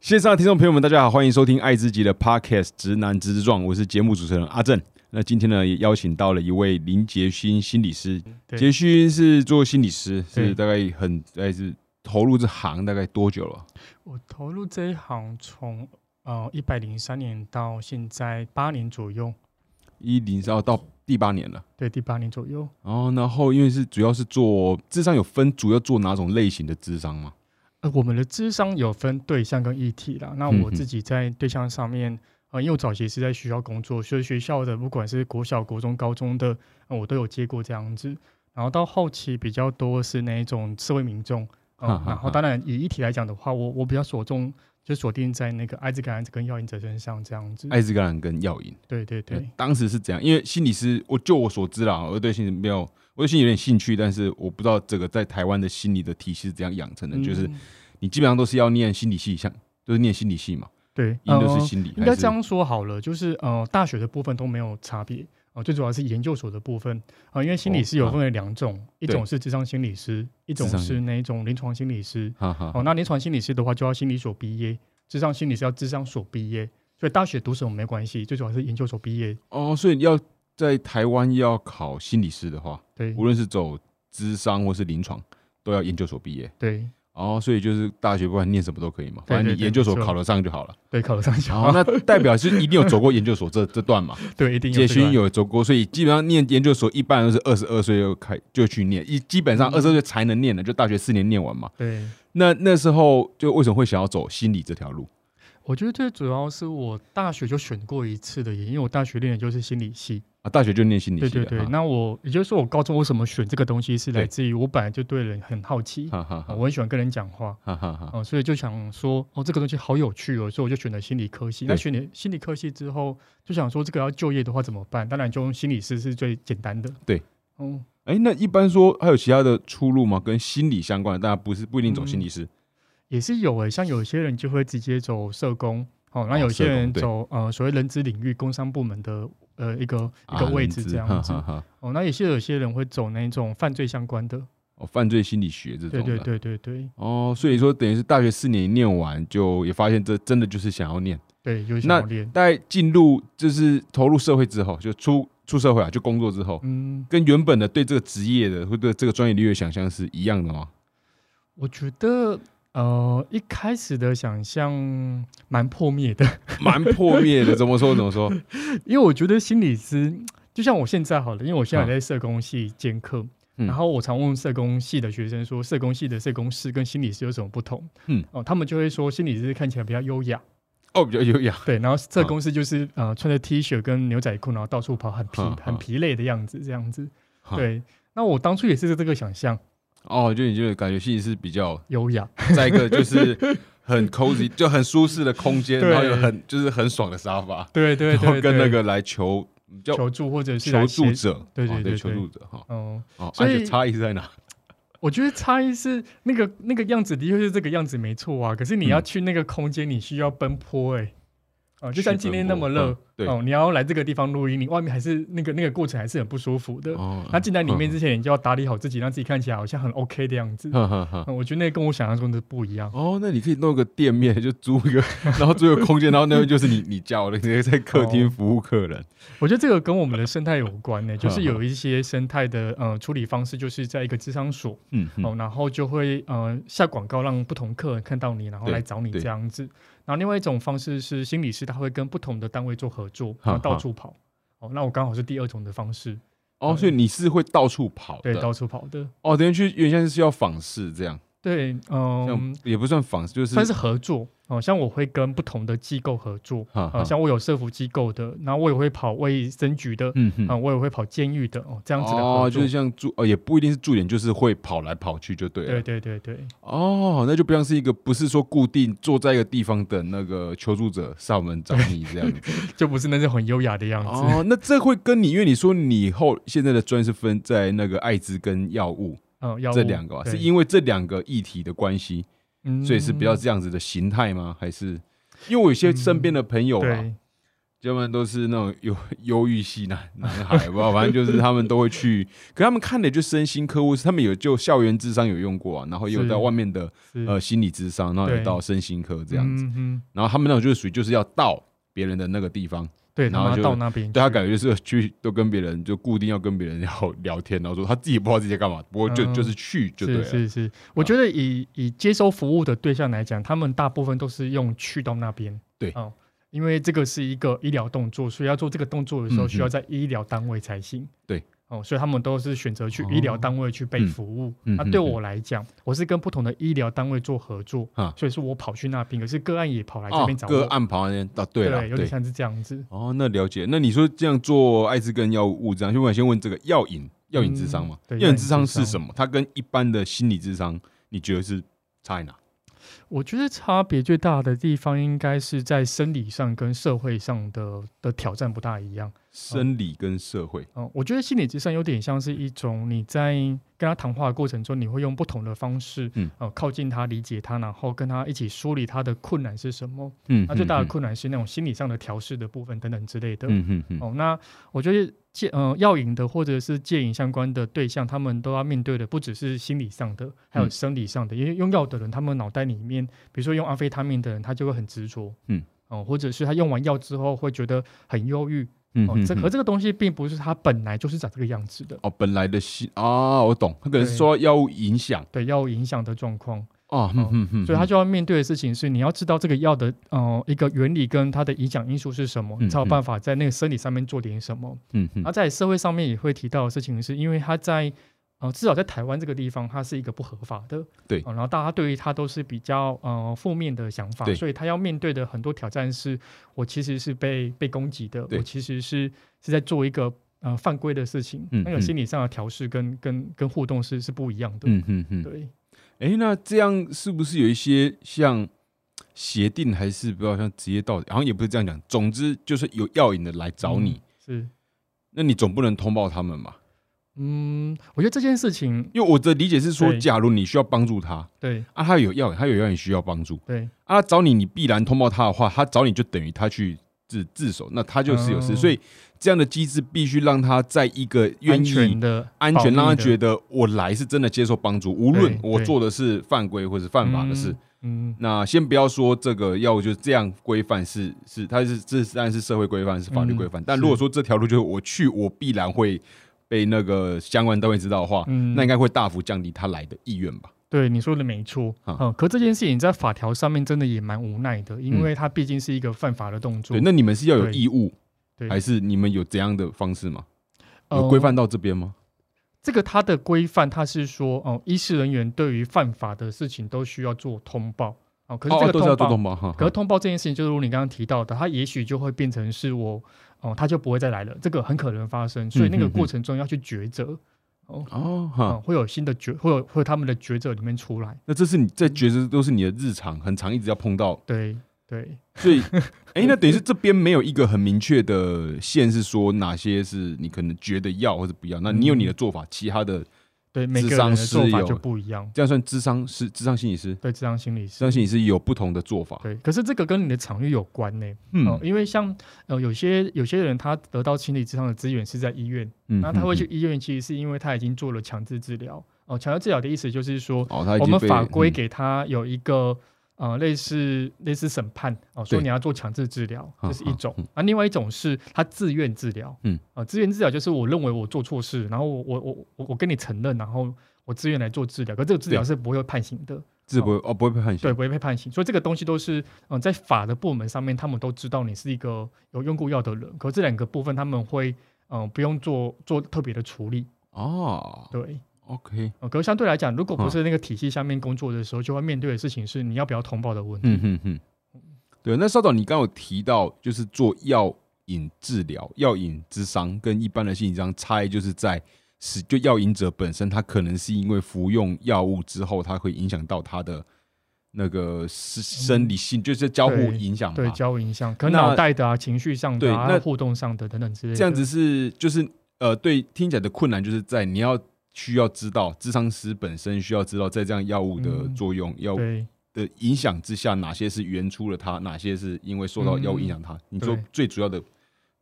线上的听众朋友们，大家好，欢迎收听爱自己的 Podcast《直男直直撞》，我是节目主持人阿正。那今天呢，也邀请到了一位林杰勋心理师。对杰勋是做心理师，是对大概很哎是投入这行大概多久了？我投入这一行从呃一百零三年到现在八年左右，一零到到第八年了。对，第八年左右。哦，然后因为是主要是做智商有分，主要做哪种类型的智商吗？呃，我们的智商有分对象跟议题啦。那嗯我哼自己在对象上面，呃，因为我早期是在学校工作，所以学校的不管是国小、国中、高中的，呃我都有接过这样子。然后到后期比较多是那一种社会民众，呃哈哈然后哈当然以议题来讲的话，我我比较锁重就锁定在那个艾滋感染者跟药瘾者身上这样子。艾滋感染跟药瘾。对对嗯对，当时是怎样？因为心理师，我就我所知啦，我对心理没有，我对心理有点兴趣，但是我不知道这个在台湾的心理的体系是怎样养成的。就是嗯你基本上都是要念心理系，像都是念心理系嘛，对，因都呃是心理。应还该是这样说好了，就是呃，大学的部分都没有差别呃，最主要是研究所的部分啊、呃因为心理师哦有啊分为两种，一对种是智商心理师，一种智商是那一种临床心理师。哈哈，哦、那临床心理师的话就要心理所毕业，智商心理师要智商所毕业，所以大学读什么没关系，最主要是研究所毕业。哦，所以要在台湾要考心理师的话，对无论是走智商或是临床，都要研究所毕业。对哦，所以就是大学不管念什么都可以嘛，对反正对你对研究所没错考得上就 好了。对，考得上然校，后那代表是一定有走过研究所这这段嘛？ 对一定有杰这勋个。有走过，所以基本上念研究所一般都是二十二岁就开就去念，一基本上嗯二十二岁才能念的，就大学四年念完嘛。对，那那时候就为什么会想要走心理这条路？我觉得最主要是我大学就选过一次的，因为我大学练的就是心理系。啊，大学就念心理对系对的，对，哈那我也就是说，我高中为什么选这个东西，是来对自于我本来就对人很好奇，哈啊哈我很喜欢跟人讲话，哈哈哈哦、所以就想说，哦，这个东西好有趣哦，所以我就选了心理科系。那对选了心理科系之后，就想说这个要就业的话怎么办？当然就用心理师是最简单的。对，哦，哎，那一般说还有其他的出路吗？跟心理相关的，大家不是不一定走心理师，也是有诶、像有些人就会直接走社工，哦，那哦有社些工人对走、呃所谓人资领域工商部门的呃一个一啊个位人置资这样子。哈哈哈哦，那也是有些人会走那种犯罪相关的。哦，犯罪心理学这种对的，对对对对哦，所以说等于是大学四年念完，就也发现这真的就是想要念。对，有那想要练。大概进入就是投入社会之后，就出出社会啊，就工作之后，嗯，跟原本的对这个职业的或对这个专业领域的想象是一样的吗？我觉得呃一开始的想象蛮破灭的， 蛮破灭的，怎么说怎么说？因为我觉得心理师就像我现在好了，因为我现在在社工系兼课。嗯然后我常问社工系的学生说，社工系的社工师跟心理师有什么不同？嗯，哦，他们就会说心理师看起来比较优雅，哦，比较优雅，对，然后嗯社工师就是、呃穿着 T 恤跟牛仔裤，然后到处跑，很疲、嗯嗯嗯很疲累的样子，这样子。哈对，那我当初也是这个想象，哦，就你就感觉心理是比较，优雅，再一个就是很 cozy，就很舒适的空间，对然后有很就是很爽的沙发，对对然后对，跟那对个来求叫求助或者是来求助协者，对哦对对对求对助者哈，哦，哦，而所以且差异是在哪？我觉得差异是那个那个样子的确是这个样子没错啊，可是你要去那个空间，你需要奔波哎、哦、就像今天那么热嗯，对哦，你要来这个地方录音，你外面还是那个那个过程还是很不舒服的。哦那进来里嗯面之前，你就要打理好自己，让自己看起来好像很 OK 的样子。 哼哼哼。嗯我觉得那跟我想象中的不一样。哦，那你可以弄个店面，就租一个， 然后租一个空间，然后那边就是你你叫的，你直接在客厅服务客人。我觉得这个跟我们的生态有关呢、嗯就是有一些生态的呃处理方式，就是在一个智商所，嗯，哼哦，然后就会呃下广告让不同客人看到你，然后对来找你对这样子。然后另外一种方式是心理师，他会跟不同的单位做合作，哈然后到哈处跑。哦，那我刚好是第二种的方式，哦，所以你是会到处跑对，的。到处跑的，哦，等于去原先是要访视这样，对，像嗯，也不算访视，就是算是合作。哦，像我会跟不同的机构合作，哈啊，哈像我有社服机构的，然后我也会跑卫生局的，嗯哼啊，我也会跑监狱的，哦，这样子的哦，合就作是。像驻哦，也不一定是驻点，就是会跑来跑去就对了。对对对对哦，那就不像是一个不是说固定坐在一个地方的那个求助者上门找你这 样子。对，就不是那种很优雅的样子。哦，那这会跟你，因为你说你后现在的专业是分在那个艾滋跟药物，嗯，要这我两个啊，对是因为这两个议题的关系，嗯所以是比较这样子的形态吗？还是因为我有些身边的朋友啊，嗯对要不然都是那种忧 忧郁系男男孩，不知道，反正就是他们都会 去，可他们看的就身心科护士，他们有就校园智商有用过啊，然后也有是在外面的是呃心理智商，然后有对到身心科这样子，嗯嗯，然后他们那种就是属于就是要到别人的那个地方，对，然然后后就到那边去，对他感觉就是去都跟别人就固定要跟别人聊聊天，然后说他自己不知道自己在干嘛，不过就、嗯就是去就对是了，啊是是，我觉得以以接收服务的对象来讲，他们大部分都是用去到那边，对哦，因为这个是一个医疗动作，所以要做这个动作的嗯时候，嗯需要在医疗单位才行，对，哦，所以他们都是选择去哦医疗单位去被服务。嗯嗯那嗯对嗯我来讲，我是跟不同的医疗单位做合作啊，所以说我跑去那边，可是个案也跑来这哦边找，个我，案旁边啊，对了，对，有对。点像是这样子。哦，那了解。那你说这样做艾滋跟药物这样，就我想先问这个药引药引智商嘛？嗯对药引智商药是引智什商么？它跟一般的心理智商，你觉得是差在哪？我觉得差别最大的地方，应该是在生理上跟社会上的的挑战不大一样。生理跟社会，嗯，我觉得心理智商有点像是一种你在跟他谈话的过程中，你会用不同的方式，嗯，呃，靠近他、理解他，然后跟他一起梳理他的困难是什么。嗯那最大的，困难是那种心理上的调试的部分等等之类的。嗯嗯嗯，哦，那我觉得戒呃药瘾的或者是戒瘾相关的对象，他们都要面对的不只是心理上的，还有嗯生理上的。因为用药的人，他们脑袋里面，比如说用安非他命的人，他就会很执着，嗯，哦，或者是他用完药之后会觉得很忧郁，嗯哦，这和这个东西并不是他本来就是长这个样子的，哦，本来的心啊，我懂，他可能是对说药物影响对药影响的状况，哦，嗯嗯嗯，所以他嗯就要面对的事情是，你要知道这个药的呃一个原理跟它的影响因素是什么，嗯你才有嗯办法在那个生理上面做点什么。嗯嗯而在社会上面也会提到的事情是，因为他在呃至少在台湾这个地方，它是一个不合法的，对呃然后大家对于它都是比较呃负面的想法对，所以他要面对的很多挑战是，我其实是被被攻击的，对我其实是是在做一个呃犯规的事情，嗯那个心理上的调试跟跟跟互动是是不一样的，嗯嗯嗯，对。哎、那这样是不是有一些像协定，还是不知道像职业道德，好像也不是这样讲。总之就是有药引的来找你，是，那你总不能通报他们吧？嗯，我觉得这件事情，因为我的理解是说，对假如你需要帮助他对啊，他有药引，他有药引需要帮助对，啊，他找你，你必然通报他的话，他找你就等于他去自自首，那他就是有事。哦所以这样的机制必须让他在一个愿安意全。的安全让他觉得得我来是真的接受帮助，无论对我对做的是犯规或是犯法的事，，嗯，嗯那先不要说这个药物就是这样规范是是，它是这当然是社会规范，是法律规范。嗯但如果说这条路就是我去，我必然会被那个相关单位知道的话，嗯那应该会大幅降低他来的意愿吧？对你说的没错，啊嗯，可这件事情在法条上面真的也蛮无奈的，因为它毕竟是一个犯法的动嗯作。对，那你们是要有对义务，对还是你们有怎样的方式吗？呃有规范到这边吗？这个它的规范，它是说哦，医师人员对于犯法的事情都需要做通报哦，可是哦这哦个都是要通做报，通报嗯哈。哈可是通报这件事情，就是如你刚刚提到的，它也许就会变成是我哦，他就不会再来了，这个很可能发生，所以那嗯个嗯嗯过程中要去抉择，哦嗯，哈，会有新的抉，会有会有他们的抉择里面出来，那这是你在觉得都是你的日常，很长一直要碰到对对。所 以，哎、那等于是这边没有一个很明确的线，是说哪些是你可能觉得要或者不要。那你有你的做法，其他的对每智个人商的师做法有就不一样，这样算智商是智商心理师，对智商心理师智商心理师有不同的做法。对，可是这个跟你的场域有关呢、嗯哦，因为像呃有些有些人他得到心理智商的资源是在医院，嗯那他会去嗯医院，其实是因为他已经做了强制治疗。哦，强制治疗的意思就是说嗯，哦，他已我经们被法规嗯给他有一个。呃，类似类似审判哦，说对你要做强制治疗，嗯这是一种嗯。啊，另外一种是他自愿治疗，嗯，啊，自愿治疗就是我认为我做错事，然后我我我我我跟你承认，然后我自愿来做治疗，可这个治疗对是不会有判刑的，这不会哦不会被判对，刑。不会被判刑。所以这个东西都是，嗯、在法的部门上面，他们都知道你是一个有用过药的人。可这两个部分，他们会，嗯、不用做做特别的处理。哦对， ，OK，呃、可是相对来讲，如果嗯不是那个体系下面工作的时候，就会面对的事情是你要不要通报的问题。嗯哼哼，对。那稍早你刚刚有提到，就是做药引治疗、药引智商跟一般的心理智商差异，就是在使就药引者本身，他可能是因为服用药物之后，他会影响到他的那个生生理性，就是交互对影响对，嘛。交友影响，可嗯能那脑袋的啊、情绪上的对那啊、互动上的等等之类的。这样子是就是呃，对听起来的困难就是在你要需要知道，智商师本身需要知道在这样药物的嗯作用、药物对的影响之下，哪些是原出了它，哪些是因为受到药物影响它？你说嗯对最主要的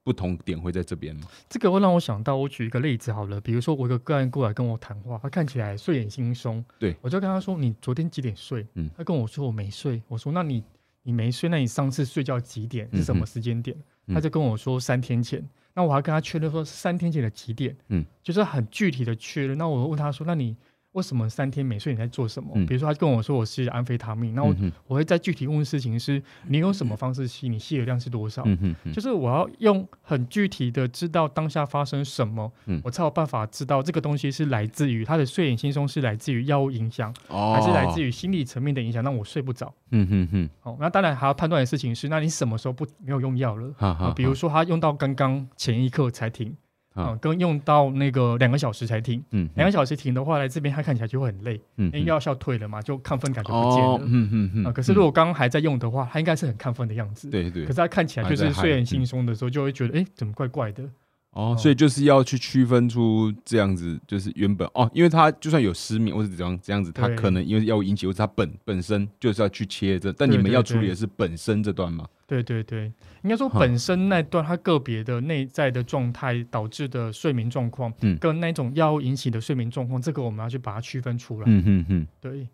不同点会在这边吗？这个会让我想到，我举一个例子好了，比如说我有一个个案过来跟我谈话，他看起来睡眼惺忪，对我就跟他说：“你昨天几点睡？”嗯他跟我说：“我没睡。”我说：“那你你没睡，那你上次睡觉几点？嗯是什么哼时间点？”嗯他就跟我说三天前。那我还跟他确认说是三天前的几点，嗯，就是很具体的确认。那我问他说：“那你为什么三天没睡？你在做什么？”嗯比如说他跟我说我是安非他命，那我、嗯哼我会再具体问事情是你用什么方式吸，你吸的量是多少？嗯哼嗯就是我要用很具体的知道当下发生什么，嗯我才有办法知道这个东西是来自于他的睡眼惺忪是来自于药物影响，哦还是来自于心理层面的影响让我睡不着。嗯哼哼，哦，那当然还要判断的事情是，那你什么时候不没有用药了？哈哈啊，哈，比如说他用到刚刚前一刻才停，啊啊，跟用到那个两个小时才停，嗯两个小时停的话，来这边他看起来就会很累，嗯因为哎药效退了嘛，就亢奋感就不见了。哦，嗯哼哼，啊，可是如果刚刚还在用的话，他应该是很亢奋的样子。对对可是，他看起来就是还在嗨嗯睡眼惺忪的时候，就会觉得哎、诶怎么怪怪的？哦哦，所以就是要去区分出这样子，就是原本哦，因为他就算有失眠或者怎样这样子，他对可能因为药物引起，或者他本本身就是要去切这，但你对们对要处对理的是本身这段嘛？对对对，应该说哈本身那段他个别的内在的状态导致的睡眠状况，嗯跟那种药物引起的睡眠状况，这个我们要去把它区分出来。嗯哼哼。对，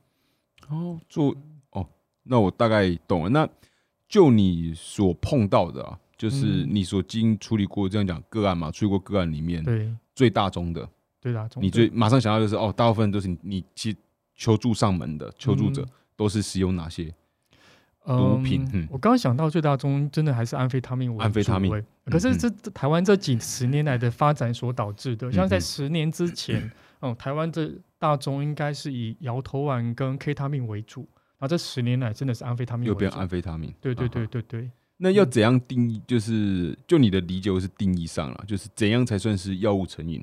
哦，做哦，那我大概懂了。那就你所碰到的啊，就是嗯你所经处理过这样讲个案嘛，处理过个案里面对，哦最大宗的，对啦，嗯总你之最马上想到就是哦，大部分都是你你其实求助上门的求助者、嗯都是使用哪些？毒品嗯嗯我刚刚想到最大宗真的还是安非他命为主安非他命位可嗯是嗯这这台湾这几十年来的发展所导致的，像在十年 之前，嗯，台湾这大宗应该是以摇头丸跟 K 他命为主，然后这十年来真的是安非他命右为边主。安非他命。对对啊对嗯哈对对，那要怎样定义？就是就你的理解，是定义上了，就是怎样才算是药物成瘾？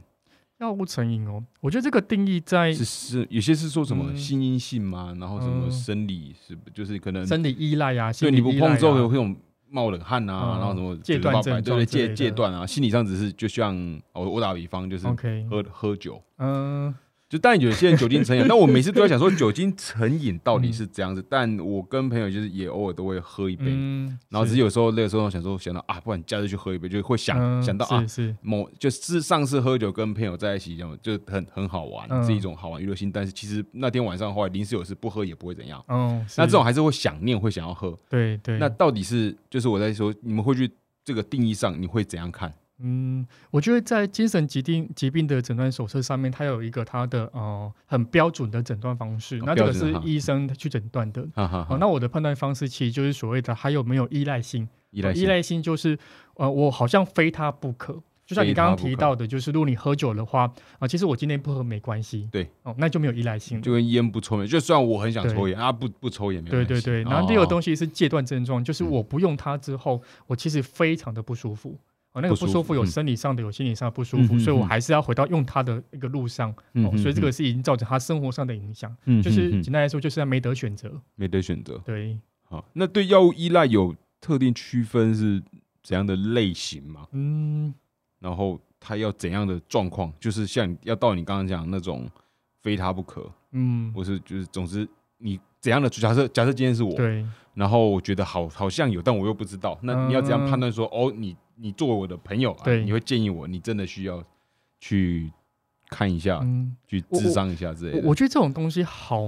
药物成瘾哦，我觉得这个定义在是是有些是说什么哎嗯性因性吗？然后什么嗯生理是不就是可能生理依赖啊，心对，理你不依赖碰之后有啊那种冒冷汗啊，嗯然后什么戒嘴巴断症白对状对之类戒的戒断啊，心理上只是就像哦，我打个比方就是 OK，喝喝酒，嗯，就但有些人酒精成 瘾，那我每次都在想说酒精成瘾到底是怎样子，但我跟朋友就是也偶尔都会喝一杯，嗯，然后只是有有时候那个时候想说想到啊，不然假日去喝一杯，就会想想到啊嗯是。是，某就是上次喝酒跟朋友在一起，这样就很很好玩，嗯是一种好玩娱乐性。但是其实那天晚上的话，临时有事不喝也不会怎样。哦，那这是种还是会想念，会想要喝。对对，那到底是就是我在说，你们会去这个定义上，你会怎样看？嗯，我觉得在精神疾病疾病的诊断手册上面，它有一个它的呃很标准的诊断方式，哦那这标个准是哈医生去诊断的。哈哈哈哦，那我的判断方式其实就是所谓的还有没有依赖性，依赖依性赖性就是呃我好像非他不可，就像非你刚他刚不提可到的，就是如果你喝酒的话啊、其实我今天不喝没关系，对，哦，那就没有依赖性了。就跟烟不抽烟，就算我很想抽烟啊，不不抽烟没关对系。对对，哦然后第二个东西是戒断症状，就是嗯我不用它之后，我其实非常的不舒服。哦，那个不舒不服舒服有嗯生理上的，有心理上的不舒嗯服，哼所以我哼还是要回到用它的一个路上。嗯哦，所以这个是已经造成他生活上的影响。个就是简单来说，就是他没得选择。嗯没得选择。对，好，那对药物依赖有特定区分是怎样的类型吗？嗯，然后它要怎样的状况？就是像你要到你刚刚讲的那种非他不可，嗯，或是就是总之你怎样的假设假设今天是我，对，然后我觉得好好像有，但我又不知道。那你要怎样嗯判断说，哦，你你作为我的朋友、啊，对你会建议我，你真的需要去看一下，嗯，去我智商一下之类我的。我觉得这种东西好，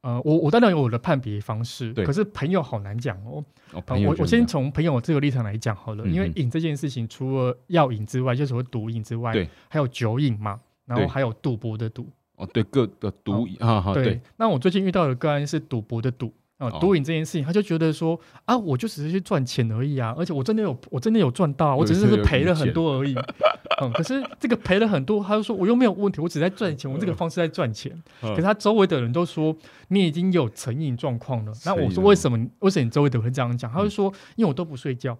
呃，我我当然有我的判别方式，对可是朋友好难讲哦。哦，啊朋友我就我是这先样，从朋友这个立场来讲好了，因为嗯哼瘾这件事情，除了药瘾之外，就所谓毒瘾之外对，还有酒瘾嘛，然后对还有赌博的赌。哦，对各的毒瘾啊，哈，对，那我最近遇到的个案是赌博的赌。啊哦，赌瘾这件事情，他就觉得说啊，我就只是去赚钱而已啊，而且我真的有，我真的有赚到啊，我只是有有赔了赢钱很多而已。 嗯，可是这个赔了很多，他就说我又没有问题，我只在赚钱，我这个方式在赚钱。嗯可是他周围的人都说你已经有成瘾状况了。那成瘾我说了为什么你？为什么你周围的人会这样讲？他就哦嗯说因为我都不睡觉。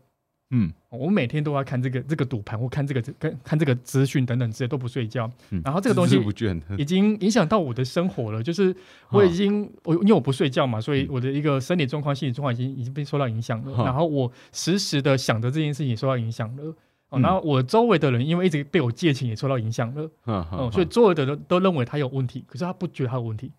嗯，哦我每天都要看这个这个赌盘，或看这个看看这个资讯等等之类都不睡觉，嗯然后这个东孜西孜不倦，已经影响到我的生活了。就是我已经我因为我不睡觉嘛，所以嗯我的一个生理状况、心理状况已经已经被受到影响哈了。然后我时时的想着这件事情也受到影响了。哦嗯然后我周围的人因为一直被我借钱也受到影响了， 哈哈哦、哈所以周围的人都认为他有问题，可是他不觉得他有问题。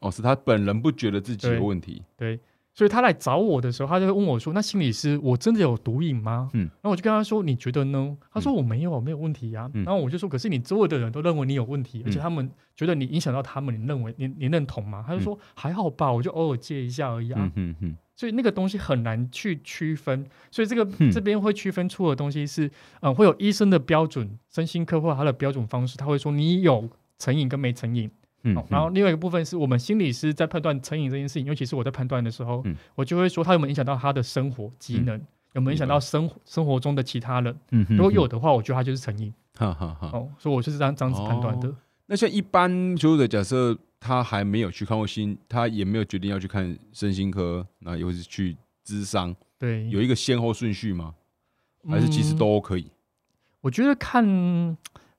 哦，是他本人不觉得自己对有问题，对，所以他来找我的时候，他就会问我说：“那心理师，我真的有毒瘾吗？”嗯然后我就跟他说：“你觉得呢？”他说：“我没有，没有问题啊。嗯然后我就说：“可是你周围的人都认为你有问题，而且嗯他们觉得你影响到他们，你认为你你认同吗？”他就说：“还好吧，我就偶尔戒一下而已啊。嗯哼哼，所以那个东西很难去区分，所以这个、嗯这边会区分出的东西是，呃，会有医生的标准，身心科或他的标准方式，他会说你有成瘾跟没成瘾。嗯哦哼，然后另外一个部分是我们心理师在判断成瘾这件事情，尤其是我在判断的时候，嗯我就会说他有没有影响到他的生活机能，有没有影响到生活生活中的其他人。嗯哼如果哼有，的话，我觉得他就是成瘾。哈哈哈。哦，所以我就是这样这样子判断的。哦那像一般求助者，假设他还没有去看过心，他也没有决定要去看身心科，那也或是去咨商，对，有一个先后顺序吗？还是其实嗯都可以？我觉得看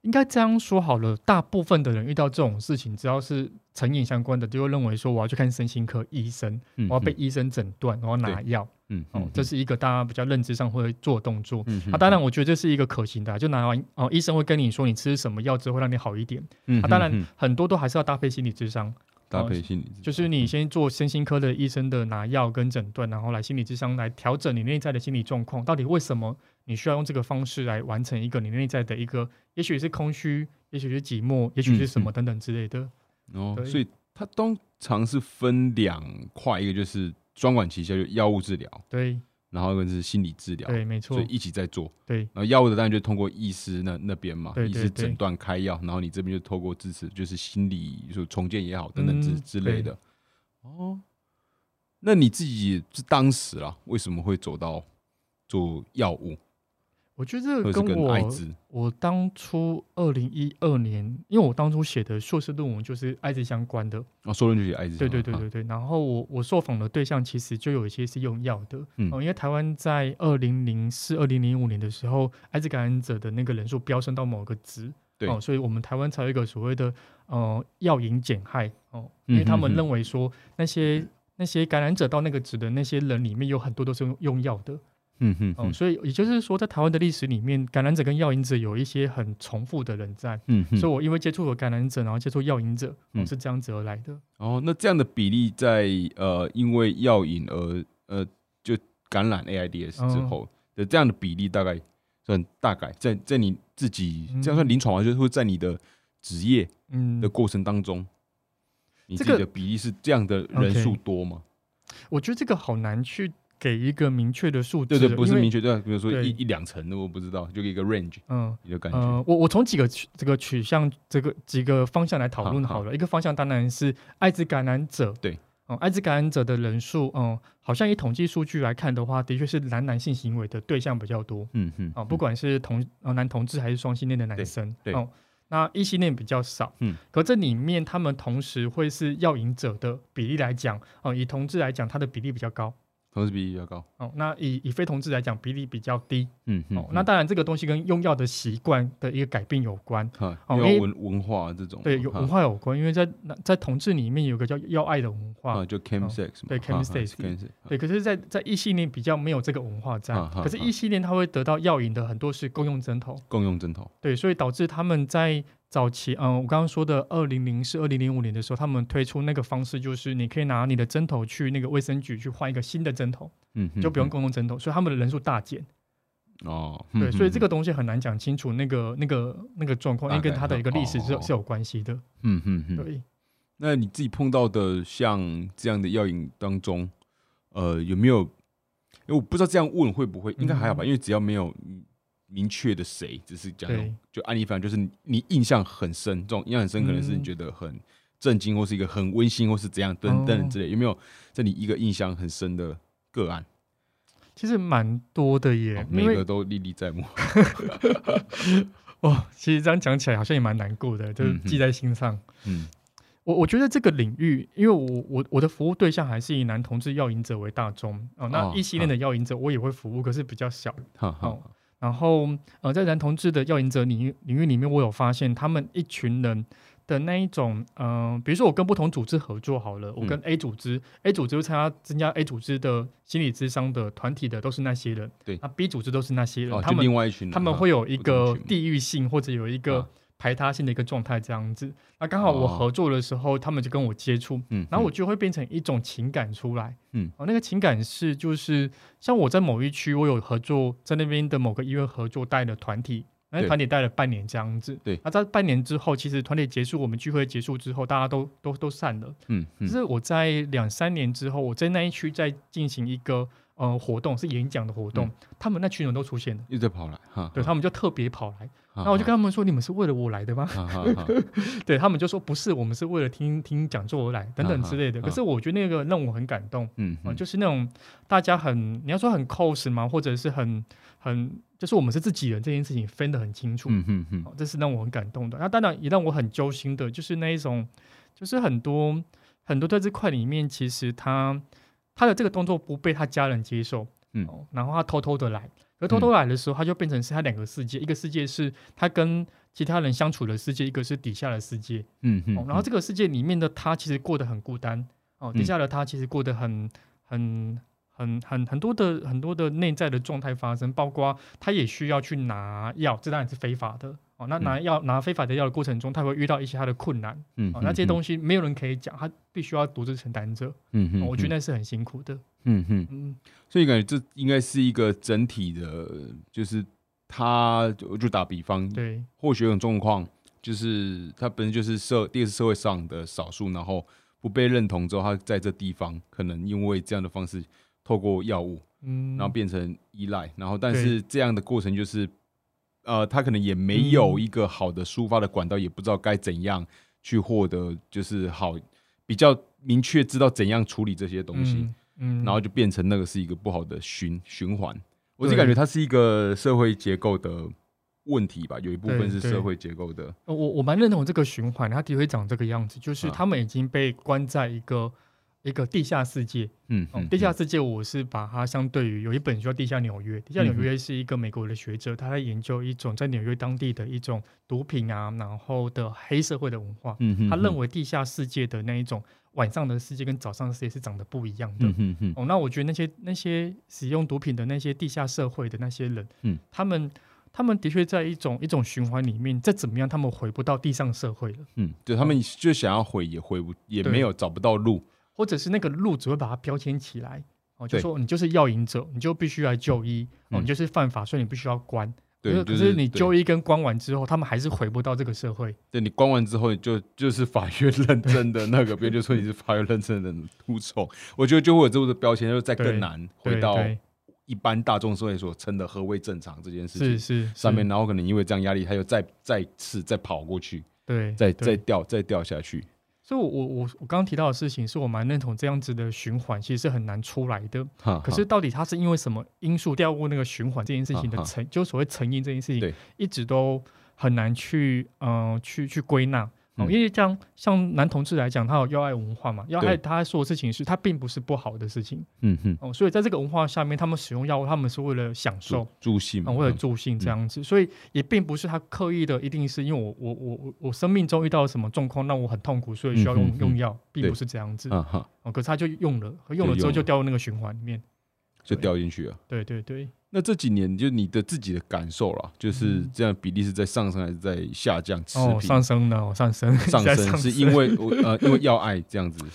应该这样说好了，大部分的人遇到这种事情，只要是成瘾相关的，就会认为说我要去看身心科医生，嗯我要被医生诊断，我要拿药。嗯哦，这是一个大家比较认知上会做的动作。嗯啊，当然，我觉得这是一个可行的啊、就拿完哦，医生会跟你说你吃什么药之后会让你好一点。嗯啊，当然很多都还是要搭配心理智商，搭配心理，哦就是你先做身心科的医生的拿药跟诊断，然后来心理智商来调整你内在的心理状况，到底为什么你需要用这个方式来完成一个你内在的一个，也许是空虚，也许是寂寞，也许是嗯什么等等之类的。哦，对所以它通常是分两块，一个就是专管齐下，就药物治疗，对然后一个是心理治疗，对，没错所以，一起在做。对然后药物的当然就通过医师那那边嘛，对医对师对诊断开药，然后你这边就透过支持，就是心理就重建也好等等之、嗯之类的。哦，那你自己是当时啦，为什么会走到做药物，我觉得这或个者是跟跟我艾滋？我当初二零一二年，因为我当初写的硕士论文就是艾滋相关的，啊，说论就写艾滋，对对对啊，对对。然后我我受访的对象其实就有一些是用药的，嗯哦，因为台湾在二零零四、二零零五年的时候，艾滋感染者的那个人数飙升到某个值，对哦，所以我们台湾才有一个所谓的呃药引减害哦，因为他嗯们哼哼认为说那些。那些感染者到那个值的那些人里面，有很多都是用用药的嗯哼哦，哼，所以也就是说，在台湾的历史里面，感染者跟药引者有一些很重复的人在，嗯哼所以我因为接触了感染者，然后接触药引者，哦、嗯是这样子而来的。哦，那这样的比例在呃，因为药瘾而呃，就感染 AIDS 之嗯后的、这样的比例，大概算大概在在你自己、这样算嗯临床吗？就是会在你的职业嗯的，过程当中，你自这己个的比例是这样的人 OK 数多吗？我觉得这个好难去给一个明确的数字，对对，不是因为明确，对啊，比如说对一一两成的，我不知道，就一个 range，嗯你的感觉，呃，我我从几个取这个取向这个几个方向来讨论好好了。一个方向当然是艾滋感染者，对，嗯，艾滋感染者的人数，嗯，好像以统计数据来看的话，的确是男男性行为的对象比较多嗯哼，啊、不管是同呃男同志还是双性恋的男生，对对哦、那异性恋比较少，嗯，可这里面他们同时会是药瘾者的比例来讲，哦、以同志来讲，它的比例比较高，同时比例比较高，哦，那以以非同志来讲，比例比较低。嗯哼，哦，那当然这个东西跟用药的习惯的一个改变有关，哈，哦要因为文文化这种，对，有文哈化有关，因为在那在同志里面有个叫药爱的文化。啊，就 cam sex 嘛，哦对哈哈 chemsex chemsex，哈对，可是在，在异性恋比较没有这个文化在，啊啊可是啊异性恋他会得到药瘾的很多是共用针头，共用针头，对，所以导致他们在早期，嗯、我刚刚说的二零零四、二零零五年的时候，他们推出那个方式，就是你可以拿你的针头去那个卫生局去换一个新的针头，嗯哼，就不用嗯共用针头，所以他们的人数大减。哦，对，嗯所以嗯这个东西很难讲清楚那个那个那个状况，因大概为跟它的一个历史是哦有是有关系的。嗯嗯嗯。对，那你自己碰到的像这样的药引当中，呃，有没有？因为我不知道这样问会不会，应该还好吧，嗯因为只要没有明确的谁，只是讲对就案例反正就是你你印象很深，这种印象很深可能是你嗯觉得很震惊，或是一个很温馨，或是怎样等等哦之类，有没有在你一个印象很深的个案？哦其实蛮多的耶，哦每因个为都历历在目。哇，哦其实这样讲起来好像也蛮难过的，就是嗯哼记在心上。嗯我我觉得这个领域，因为我我我的服务对象还是以男同志药瘾者为大宗哦，那哦异性恋的药瘾者我也会服务，可是比较小。哈哈哦，然后呃，在男同志的药瘾者领域领域里面，我有发现他们一群人的那一种，嗯、比如说我跟不同组织合作好了，嗯我跟 A 组织、a 组织会参加增加 A 组织的心理咨商的团体的都是那些人，对那 B 组织都是那些人，哦，他就们另外一群人他们哈会有一不同个群地域性或者有一个啊排他性的一个状态这样子。那刚好我哦合作的时候，他们就跟我接触，嗯，然后我就会变成一种情感出来，嗯，哦，那个情感是就是像我在某一区，我有合作，在那边的某个医院合作带的团体，那对团体带了半年这样子，对那在半年之后，其实团体结束，我们聚会结束之后，大家都都都散了，嗯就嗯是我在两三年之后，我在那一区在进行一个呃活动，是演讲的活动，嗯他们那群人都出现了，又在嗯跑来哈，对哈，他们就特别跑来，哈然后我就跟他们说：“你们是为了我来的吗？” 哈哈哈哈对他们就说：“不是，我们是为了听听讲座而来，等等之类的。”啊哈可是我觉得那个让我很感动。嗯啊，嗯就是那种大家很，你要说很 close 吗？或者是很很，就是我们是自己人这件事情分得很清楚，嗯嗯嗯哦这是让我很感动的。那当然也让我很揪心的，就是那一种，就是很多很多在这块里面，其实他他的这个动作不被他家人接受，嗯哦，然后他偷偷的来，而偷偷来的时候，他就变成是他两个世界，一个世界是他跟其他人相处的世界，一个是底下的世界，嗯嗯哦，然后这个世界里面的他其实过得很孤单哦，底嗯下的他其实过得很很很很很多的很多的内在的状态发生，包括他也需要去拿药，这当然是非法的哦。那拿药、拿非法的药的过程中，他会遇到一些他的困难嗯哦，那这些西，东西没有人可以讲，他必须要独自承担着、嗯哦嗯，我嗯觉得那是很辛苦的。嗯嗯，嗯，所以感觉这应该是一个整体的，就是他就就打比方，对或许有种状况，就是他本身就是社第一个是社会上的少数，然后不被认同之后，他在这地方可能因为这样的方式，透过药物，嗯，然后变成依赖，然后但对是这样的过程就是，呃，他可能也没有嗯一个好的抒发的管道，也不知道该怎样去获得，就是好比较明确知道怎样处理这些东西。嗯，嗯，然后就变成那个是一个不好的循循环。我就对感觉它是一个社会结构的问题吧，有一部分对是对社会结构的。呃我我蛮认同这个循环，它的确长这个样子，就是啊他们已经被关在一个、一个地下世界，嗯哦，地下世界，我是把它相对于有一本书叫《地下纽约》，《地下纽嗯约》是一个美国的学者，他在研究一种在纽约当地的一种毒品啊，然后的黑社会的文化。嗯他认为为地下世界的那一种晚上的世界跟早上的世界是长得不一样的。嗯嗯嗯哦，那我觉得那些那些使用毒品的那些地下社会的那些人，嗯，他们他们的确在一种一种循环里面，再怎么样他们回不到地上社会了，嗯，就他们就想要回也回不，也哦对没有找不到路。或者是那个路只会把它标签起来，哦，就对说你就是药瘾者，你就必须来就医，哦，嗯你就是犯法，所以你必须要关。可对，是就可是你对就医跟关完之后，他们还是回不到这个社会。对你关完之后就，就是法院认证的那个，别人就说你是法院认证的秃虫。我觉得就会有这么的标签，就是再更对难对回到对一般大众社会所称的何谓正常这件事情是是上面，是然后可能因为这样压力，他又再再次再跑过去，对再对再掉再掉下去。所以我，我我我刚刚提到的事情，是我蛮认同这样子的循环，其实是很难出来的。啊哈可是到底它是因为什么因素掉入那个循环这件事情的啊哈哈成，就所谓成因这件事对情，一直都很难去嗯、呃去去归纳。哦嗯因为这样，像男同志来讲，他有要爱文化嘛，要爱对他说的事情是，他并不是不好的事情嗯哼，哦，所以在这个文化下面，他们使用药物，他们是为了享受助，助兴嘛啊，为了嗯助兴这样子，所以也并不是他刻意的，一定是因为我我我我我生命中遇到什么状况让我很痛苦，所以需要用、嗯嗯嗯用药，并对不是这样子。啊哈，哦，可是他就用了，用了之后就掉入那个循环里面。就对掉进去了。对对对，那这几年就你的自己的感受啦，就是嗯这样比例是在上升还是在下降？持哦，平上升了，哦上升，上现在升是因为我呃因为要爱这样子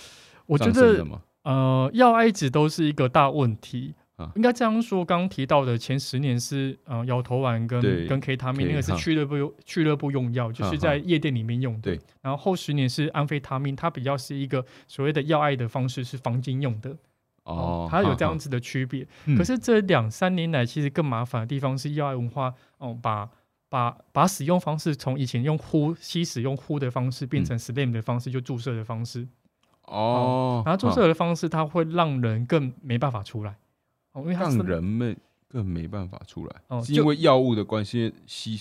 我觉上升得的吗？呃，药爱一直都是一个大问题。啊应该这样说，刚刚提到的前十年是呃摇头丸跟对跟 K 他命，那个是 K，哈俱乐部用俱乐部用药，就哈是哈在夜店里面用的。对然后后十年是安非他命，它比较是一个所谓的药爱的方式，是房间用的哦，嗯它有这哈样，子的区别。哈可是这两三年来，其实更麻烦的地方是药爱文化哦，把把把使用方式从以前用呼吸使用呼的方式，变成 slam 的方式，就注射的方式。嗯哦，然后注哈射的方式，它会让人更没办法出来，哦，因为它让是人们更没办法出来，哦是就因为药物的关系吸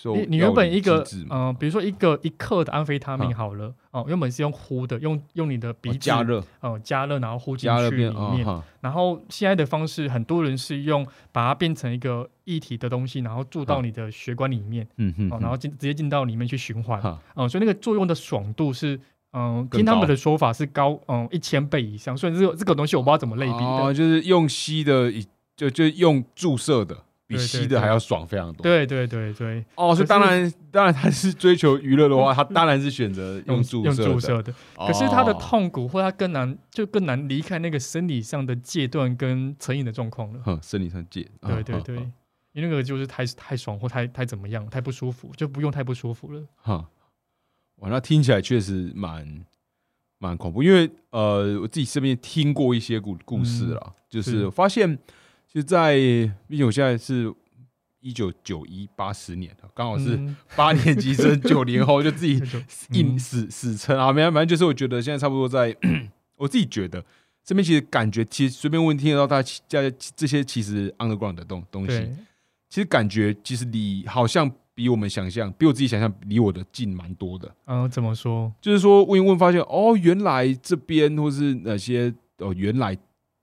收你你药原本理一个机制嘛哦嗯、呃比如说一个一克的安非他命嗯好了，哦，原本是用呼的，用用你的鼻哦子加，热哦，加热然后呼进加热去里变哦面，哈然后现在的方式，很多人是用把它变成一个液体的东西，然后注到嗯你的血管里面，嗯哼哦，哼然后进直接进到里面去循环，哈哦、所以那个作用的爽度是。嗯，更听他们高的说法是高，嗯，一千倍以哦上，所以这个这个东西我不知道怎么类比的，哦，就是用吸的以，就就用注射的，比对对吸的还要爽非常多。对对对对，哦，所以可是当然，当然他是追求娱乐的话，他当然是选择用注用射注的。射的，可是他的哦痛苦或他更难，就更难离开那个生理上的戒断跟成瘾的状况了。哼，生理上戒，啊对对哼对，，因为那个就是太太爽或太太怎么样，太不舒服，就不用太不舒服了。哼，哇，那听起来确实蛮蛮恐怖，因为呃，我自己身边听过一些故故事嗯啦，就是是我发现就在，毕竟我现在是一九九一八十年的，刚好哦是嗯八年级生九零后，就自己那种硬嗯死死撑啊，没有，反正就是我觉得现在差不多在，我自己觉得。这边其实感觉，其实随便问听得到大家这这些其实 underground 的东东西，对，其实感觉其实离好像比我们想象，比我自己想象离我的近蛮多的。嗯、怎么说？就是说问一问，发现哦，原来这边或是哪些哦，原来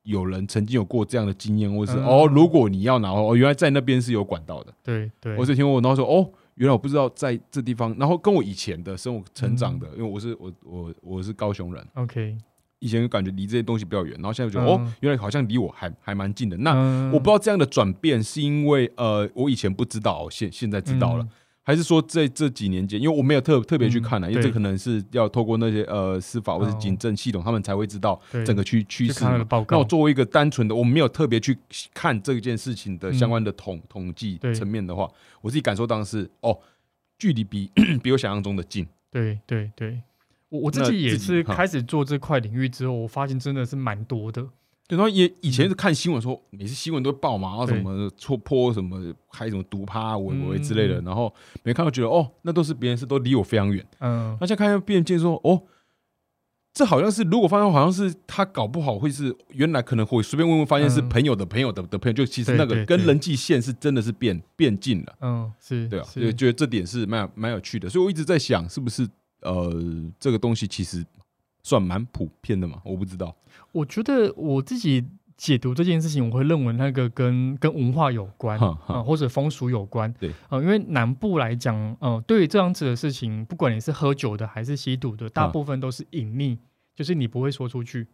有人曾经有过这样的经验，或是、嗯哦，如果你要拿哦，原来在那边是有管道的。对对，我只听过，然后说哦，原来我不知道在这地方，然后跟我以前的生活成长嗯的，因为我是我我我是高雄人， OK 以前感觉离这些东西比较远，然后现在觉得、哦嗯，原来好像离我还还蛮近的。那、嗯。我不知道这样的转变是因为呃，我以前不知道，现现在知道了，嗯还是说在这几年间，因为我没有特特别去看了、啊嗯因为这对可能是要透过那些呃司法或者哦警政系统，他们才会知道对整个趋趋去势看那个嘛。报那告，我作为一个单纯的，我没有特别去看这件事情的嗯相关的统、统计对层面的话，我自己感受当然是哦，距离比 比我想象中的近。对对对，我我自那己也自己是哈开始做这块领域之后，我发现真的是蛮多的。对，然后也以前是看新闻说，每次新闻都会报嘛，然啊后什么戳破什么开什么毒趴、围围之类的，嗯然后没看到觉得哦，那都是别人事，都离我非常远。嗯，那现在看变见说哦，这好像是如果发现好像是他搞不好会是原来可能会随便问问，发现是嗯朋友的朋友的的朋友，就其实对那个对跟对人际线是真的是变变近了。嗯，是，对啊，是就觉得这点是蛮有蛮有趣的，所以我一直在想，是不是呃这个东西其实算蛮普遍的嘛？我不知道，我觉得我自己解读这件事情，我会认为那个跟跟文化有关哈啊、哈呃或者风俗有关。对，呃，因为南部来讲，呃，对于这样子的事情，不管你是喝酒的还是吸毒的，大嗯部分都是隐匿，就是你不会说出去。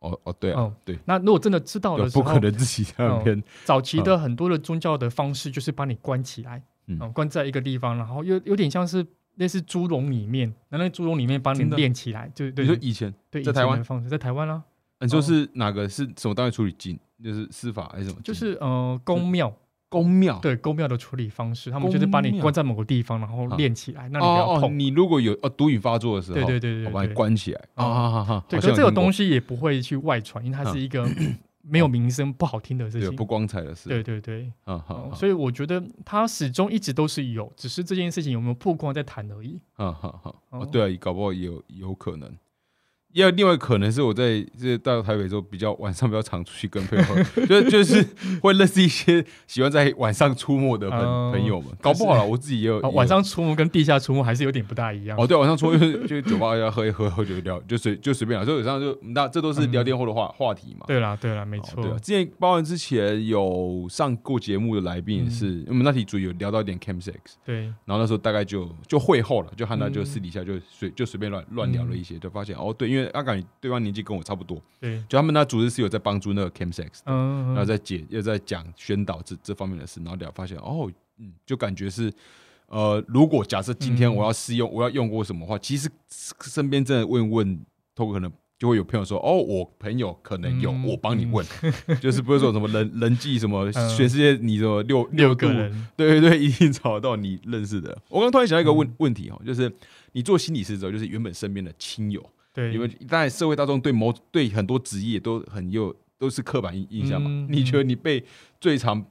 哦哦对啊，哦对，那如果真的知道对的时不候，哦可能自己在那边，早期的很多的宗教的方式就是把你关起来，嗯嗯、关在一个地方，然后又有点像是类似猪笼里面，那那个猪笼里面把你真的练起来，就你对说对以前对，在以台前湾的方式在台湾啊啦、你说是哪个是什么单位处理金，就是司法还是什么？就是呃公庙。公庙，对公庙的处理方式，他们就是把嗯公你庙关在某个地方，然后练起来，让你不哦要哦，碰。你如果有哦毒瘾发作的时候，对对对我对把你对，关起来啊嗯啊啊啊！对，好可像是听这个过嗯东西也不会去外传，因为它是一个没有名声、不好听的事对情不。光彩的事，对对对，嗯，哦好，所以我觉得它始终一直都是有，只是这件事情有没有曝光在谈而已。嗯好好，哦哦对啊，搞不好也有有可能。也有另外一个可能是我在这到台北之后，比较晚上比较常出去跟朋友 喝，就就是会认识一些喜欢在晚上出没的朋哦朋友们。搞不好了，我自己也有啊也有晚上出没跟地下出没还是有点不大一样。哦，对，晚上出 去就酒吧要喝一喝，喝酒聊，就随就随便聊，啊所以晚上就那这都是聊天后的话、话题嘛。嗯对啦对啦，没哦，错对啊，。之前包含之前有上过节目的来宾也嗯是，我们那题主有聊到一点 Cam Six，对，然后那时候大概就就会后了，就和他就嗯私底下就随就随便乱乱聊了一些，就发现哦，对，因为阿感觉对方年纪跟我差不多，对，就他们那组织是有在帮助那个 Cam Six，嗯，然后嗯在解又在讲宣导这这方面的事，然后聊发现哦，嗯，就感觉是呃，如果假设今天嗯我要试用，我要用过什么话，其实身边真的问问，透过可能就会有朋友说哦，我朋友可能有，嗯我帮你问，就是不会说什么人人际什么嗯全世界你什么六六度个，人， 对对对，一定找到你认识的。我刚刚突然想到一个问、嗯问题哦，就是你做心理师之后，就是原本身边的亲友，对，因为当然社会大众对某对很多职业都很有都是刻板印印象嘛。嗯你觉得你被最常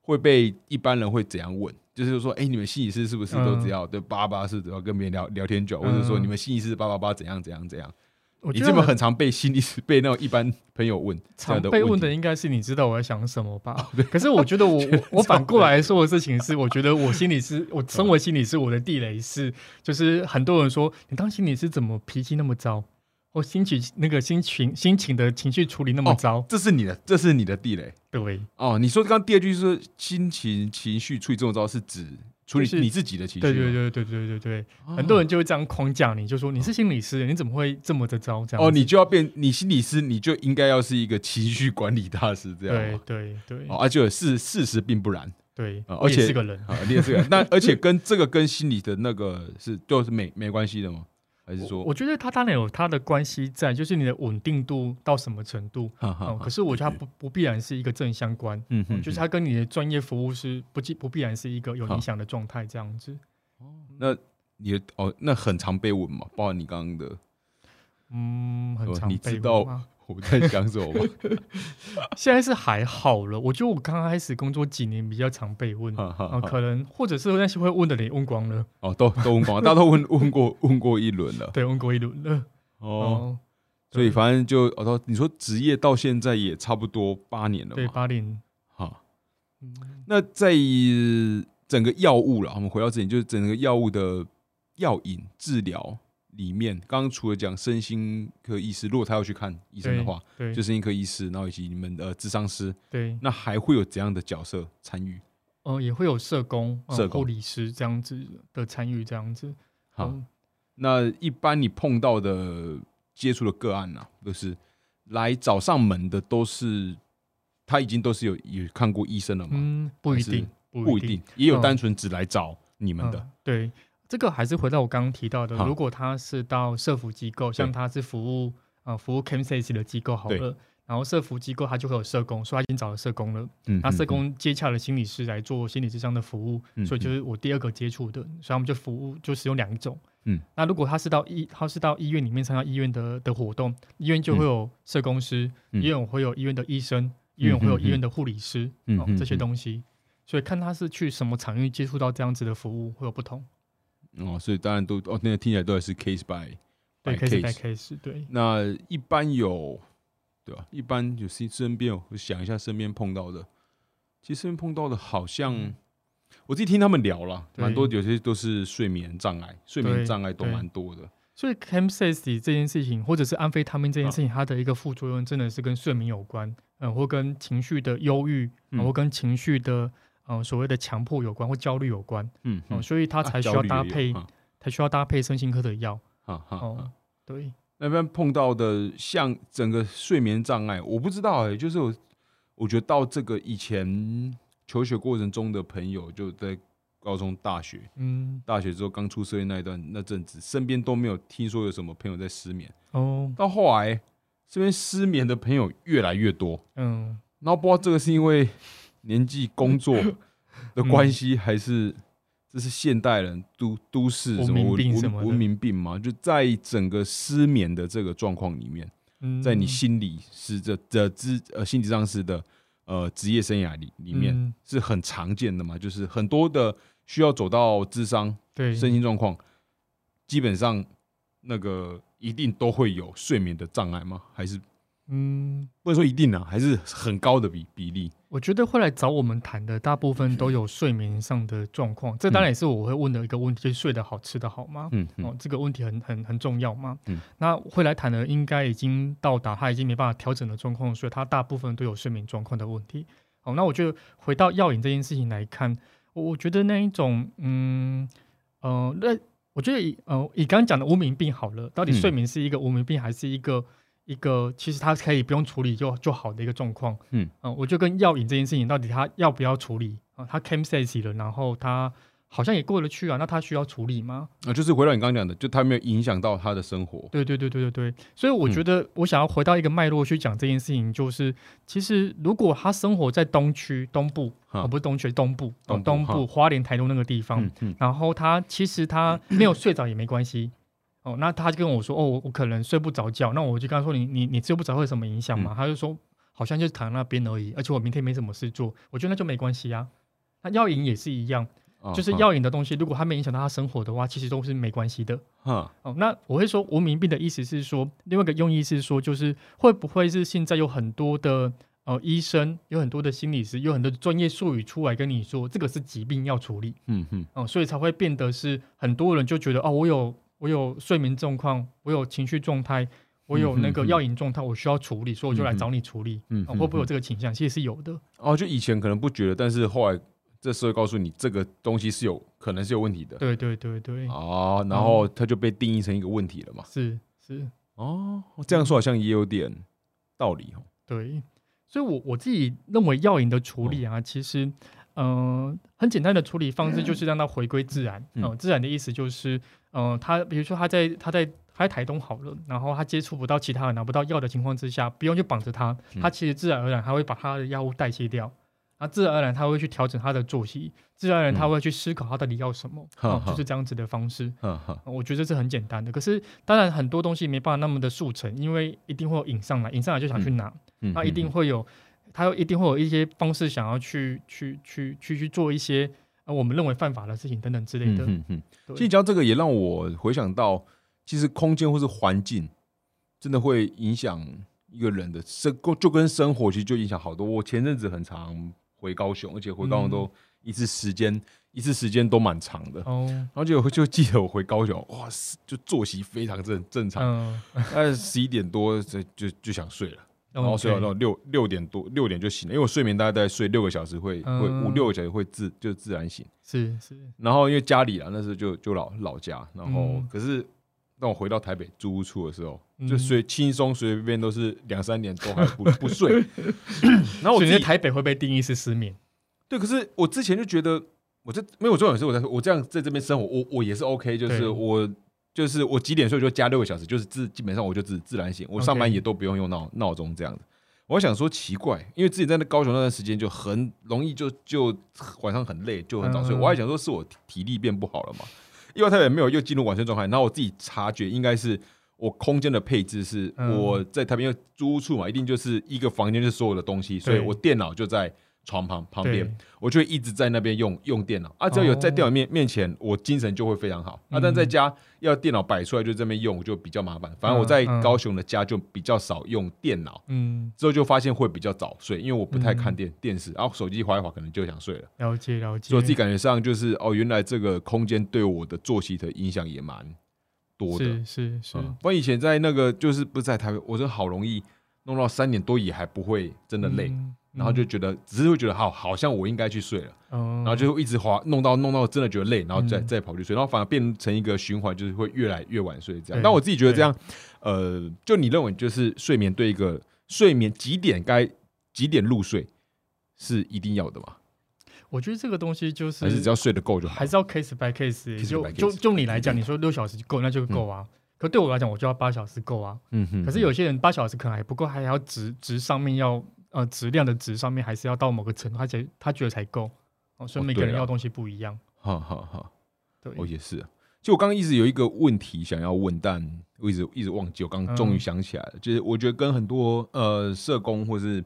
会被一般人会怎样问？就是说，哎、你们心理师是不是都只要、对八八是只要跟别人聊聊天酒，或者说嗯你们心理师八八八怎样怎样怎样？我你觉这得么很很常被心理师被那种一般朋友问这常样的被问题哦的应该是你知道我在想什么吧？可是我觉 得我我我反过来说的事情是，我觉得我心里嗯是我身为心理师，我的地雷是，就是很多人说你当心理师怎么脾气那么糟，我心情那个心情心情的情绪处理那么糟，这是你的这是你的地雷。对，哦，你说刚刚第二句是心情情绪处理这种招是指处理就是你自己的情绪吗。对对对对对对对，啊，很多人就会这样框架你，就说你是心理师，你怎么会这么的糟？这样哦，你子就要变，你心理师，你就应该要是一个情绪管理大师这样对吗。对对哦，而且事事实并不然对，啊我也而且是个人，啊，你也 是个那，而且跟这个跟心理的那个是就是没没关系的吗？还是我说我觉得他当然有他的关系在，就是你的稳定度到什么程度。 哈哦哈，可是我觉得它不不必然是一个正相关，啊嗯哦哼，啊就是它跟你的专业服务是不必不必然是一个有好影响的状态这样子。你的哦，那很常被问嘛，包含你刚刚的，嗯，很哦常你被知问道吗我在想什 么吗？现在是还好了，我觉得我刚开始工作几年比较常被问，哈哈哈哦，可能或者是那些会问的你问光了，哦，都都问过，大家都问问过问过一轮了对，问过一轮了。哦，哦，所以反正就哦，到你说职业到现在也差不多八年了对，嘛，八零，哈，嗯那在整个药物了，我们回到这里，就是整个药物的药引治疗里面，刚刚除了讲身心科医师，如果他要去看医生的话，对就身心科医师，然后以及你们的智商师，对，那还会有怎样的角色参与？呃，也会有社工、呃社护工理师这样子的参与，这样子。好，嗯那一般你碰到的接触的个案呢、啊，就是来找上门的都是他已经都是有有看过医生了嘛？嗯，不还一是定，不不一定。定，也有嗯单纯只来找你们的。嗯对，这个还是回到我刚刚提到的，好如果他是到社服机构，像对他是服务呃服务 CAMSAS 的机构好对了，然后社服机构他就会有社工，所以他已经找了社工了，嗯那社嗯工接洽了心理师来做心理智商的服务，嗯所以就是我第二个接触的，所以我们就服务就使用两种。嗯，那如果他是到医，他是到医院里面参加医院的的活动，医院就嗯会有社工师，嗯医院会有医院的医生，医院会有嗯嗯医院的护理师，嗯哦嗯这些嗯东西。所以看他是去什么场域接触到这样子的服务会有不同，哦，所以当然都哦，那个听起来都还是 case by 对 by case by case，对，那一般有对吧、一般有身身边我想一下身边碰到的，其实身边碰到的好像、嗯我自己听他们聊了，对蛮多有些都是睡眠障碍，睡眠对障碍都对蛮多的。所以 CAMSAS 这件事情，或者是安非他命这件事情，它的一个副作用真的是跟睡眠有关，嗯，或跟情绪的忧郁，呃嗯或跟情绪的呃所谓的强迫有关，或焦虑有关，嗯，哦、嗯所以它啊才需焦要虑搭也有配，啊才需要搭配身心科的药。啊啊哦、啊对，那边碰到的像整个睡眠障碍，我不知道哎、就是我我觉得到这个以前求学过程中的朋友，就在高中、大学，嗯，大学之后刚出社会那一段那阵子，身边都没有听说有什么朋友在失眠。哦，到后来，这边失眠的朋友越来越多，嗯，然后不知道这个是因为年纪、工作的关系，还是这是现代人都都市什么文明病文什么的文明病嘛？就在整个失眠的这个状况里面，嗯在你心理师的的职呃心理上师的呃职业生涯里里面、嗯是很常见的嘛，就是很多的需要走到智商。对，身心状况，基本上那个一定都会有睡眠的障碍吗？还是嗯，不能说一定啊，还是很高的比比例？我觉得会来找我们谈的大部分都有睡眠上的状况，这当然也是我会问的一个问题，就是睡得好，吃得好吗？嗯嗯哦，这个问题很很很重要嘛。嗯那会来谈的应该已经到达他已经没办法调整的状况，所以他大部分都有睡眠状况的问题。好，那我就回到药瘾这件事情来看，我我觉得那一种，嗯，呃，那我觉得以呃以刚刚讲的无名病好了，到底嗯睡眠是一个无名病还是一个？一个其实它可以不用处理就就好的一个状况，嗯呃我就跟药瘾这件事情到底他要不要处理啊、他 came s a g e 了，然后他好像也过得去啊，那他需要处理吗？啊，就是回到你刚刚讲的，就他没有影响到他的生活。对对对对对对，所以我嗯觉得我想要回到一个脉络去讲这件事情，就是其实如果他生活在东区东部，哈哦不是东区东部，东哦部东部花莲台东那个地方，嗯嗯然后他其实他没有睡着也没关系。哦，那他就跟我说，哦，我我可能睡不着觉，那我就跟他说，你你你睡不着会有什么影响嗯吗？他就说，好像就躺那边而已，而且我明天没什么事做，我觉得那就没关系啊。那药瘾也是一样，啊就是药瘾的东西，如果它没影响到他生活的话，其实都是没关系的。哈哦，那我会说无名病的意思是说，另外一个用意是说，就是会不会是现在有很多的呃医生，有很多的心理师，有很多专业术语出来跟你说这个是疾病要处理，嗯嗯哦，所以才会变得是很多人就觉得哦，我有我有睡眠状况，我有情绪状态，我有那个嗯哼哼药瘾状态，我需要处理，所以我就来找你处理，嗯哦，会不会有嗯这个倾向？其实是有的，哦，就以前可能不觉得，但是后来这社会告诉你这个东西是有可能是有问题的。对对对对，哦，然后它就被定义成一个问题了嘛。是是，哦，这样说好像也有点道理哦。对。所以我，我自己认为药引的处理啊，其实，嗯，很简单的处理方式就是让它回归自然。嗯、嗯自然的意思就是，嗯、他比如说他在他在他在台东好了，然后他接触不到其他人，拿不到药的情况之下，不用去绑着他，嗯他其实自然而然他会把他的药物代谢掉，啊，自然而然他会去调整他的作息，自然而然他嗯会去思考他到底要什么， 哈嗯哈就是这样子的方式。呃哈哈，我觉得这是很简单的，可是当然很多东西没办法那么的速成，因为一定会有引上来，引上来就想去拿，嗯那一定嗯会有，他一定会有一些方式想要去去去去去做一些呃我们认为犯法的事情等等之类的。嗯嗯嗯。对其实讲到这个，也让我回想到，其实空间或是环境，真的会影响一个人的生，就跟生活其实就影响好多。我前阵子很常回高雄，而且回高雄都一次时间、一次时间都蛮长的。嗯哦，然后就就记得我回高雄，哇，就作息非常正正常，嗯，大概十一点多就就就想睡了。然后睡到嗯到六六点多六点就醒了，因为我睡眠大概在睡六个小时会会嗯五六个小时会自就自然醒。是是，然后因为家里啊那时候就就老老家，然后嗯可是当我回到台北租屋处的时候，嗯就随轻松随随便便都是两三点都还不不睡。 然后我所自以你在己台北会被定义是失眠。对，可是我之前就觉得我这没有重点是我在我这样在这边生活，我我也是 OK，就对是我。就是我几点睡就加六个小时，就是自基本上我就自自然醒，我上班 OK 也都不用用闹闹钟这样子。我想说奇怪，因为自己在那高雄那段时间就很容易就就晚上很累，就很早睡。嗯我还想说是我体体力变不好了嘛，因为台北没有又进入晚睡状态，然后我自己察觉应该是我空间的配置是嗯我在台北因为租屋处嘛，一定就是一个房间就是所有的东西，所以对我电脑就在床旁旁边对。我就会一直在那边用用电脑啊，只要哦有在电脑面面前，我精神就会非常好啊。嗯但在家要电脑摆出来就这边用，我就比较麻烦。反正我在嗯嗯高雄的家就比较少用电脑，嗯，之后就发现会比较早睡，因为我不太看电、电视，然后手机滑一滑可能就想睡了。了解了解。所以我自己感觉上就是哦，原来这个空间对我的作息的影响也蛮多的。是是是，嗯我以前在那个就是不是在台北，我真的好容易弄到三点多也还不会真的累，嗯然后就，觉得只是会觉得好，好像我应该去睡了。嗯，然后就一直滑，弄到弄到真的觉得累，然后再、嗯再跑去睡，然后反而变成一个循环，就是会越来越晚睡这样。对但我自己觉得这样，呃，就你认为就是睡眠对一个睡眠几点该几点入睡是一定要的吗？我觉得这个东西就是还是只要睡得够就好还？是要 case by case， by 就 case 嗯就就你来讲，你说六小时就够，那就够啊。可对我来讲，我就要八小时够啊。嗯哼可是有些人八小时可能还不够，还要值值上面要呃质量的值上面还是要到某个程度，他觉他觉得才够。哦，所哦以每个对人啊要的东西不一样。哈哈哈，对，我也是、啊。就我刚刚一直有一个问题想要问，但我一直一直忘记，我刚刚终于嗯想起来了，就是我觉得跟很多呃社工或是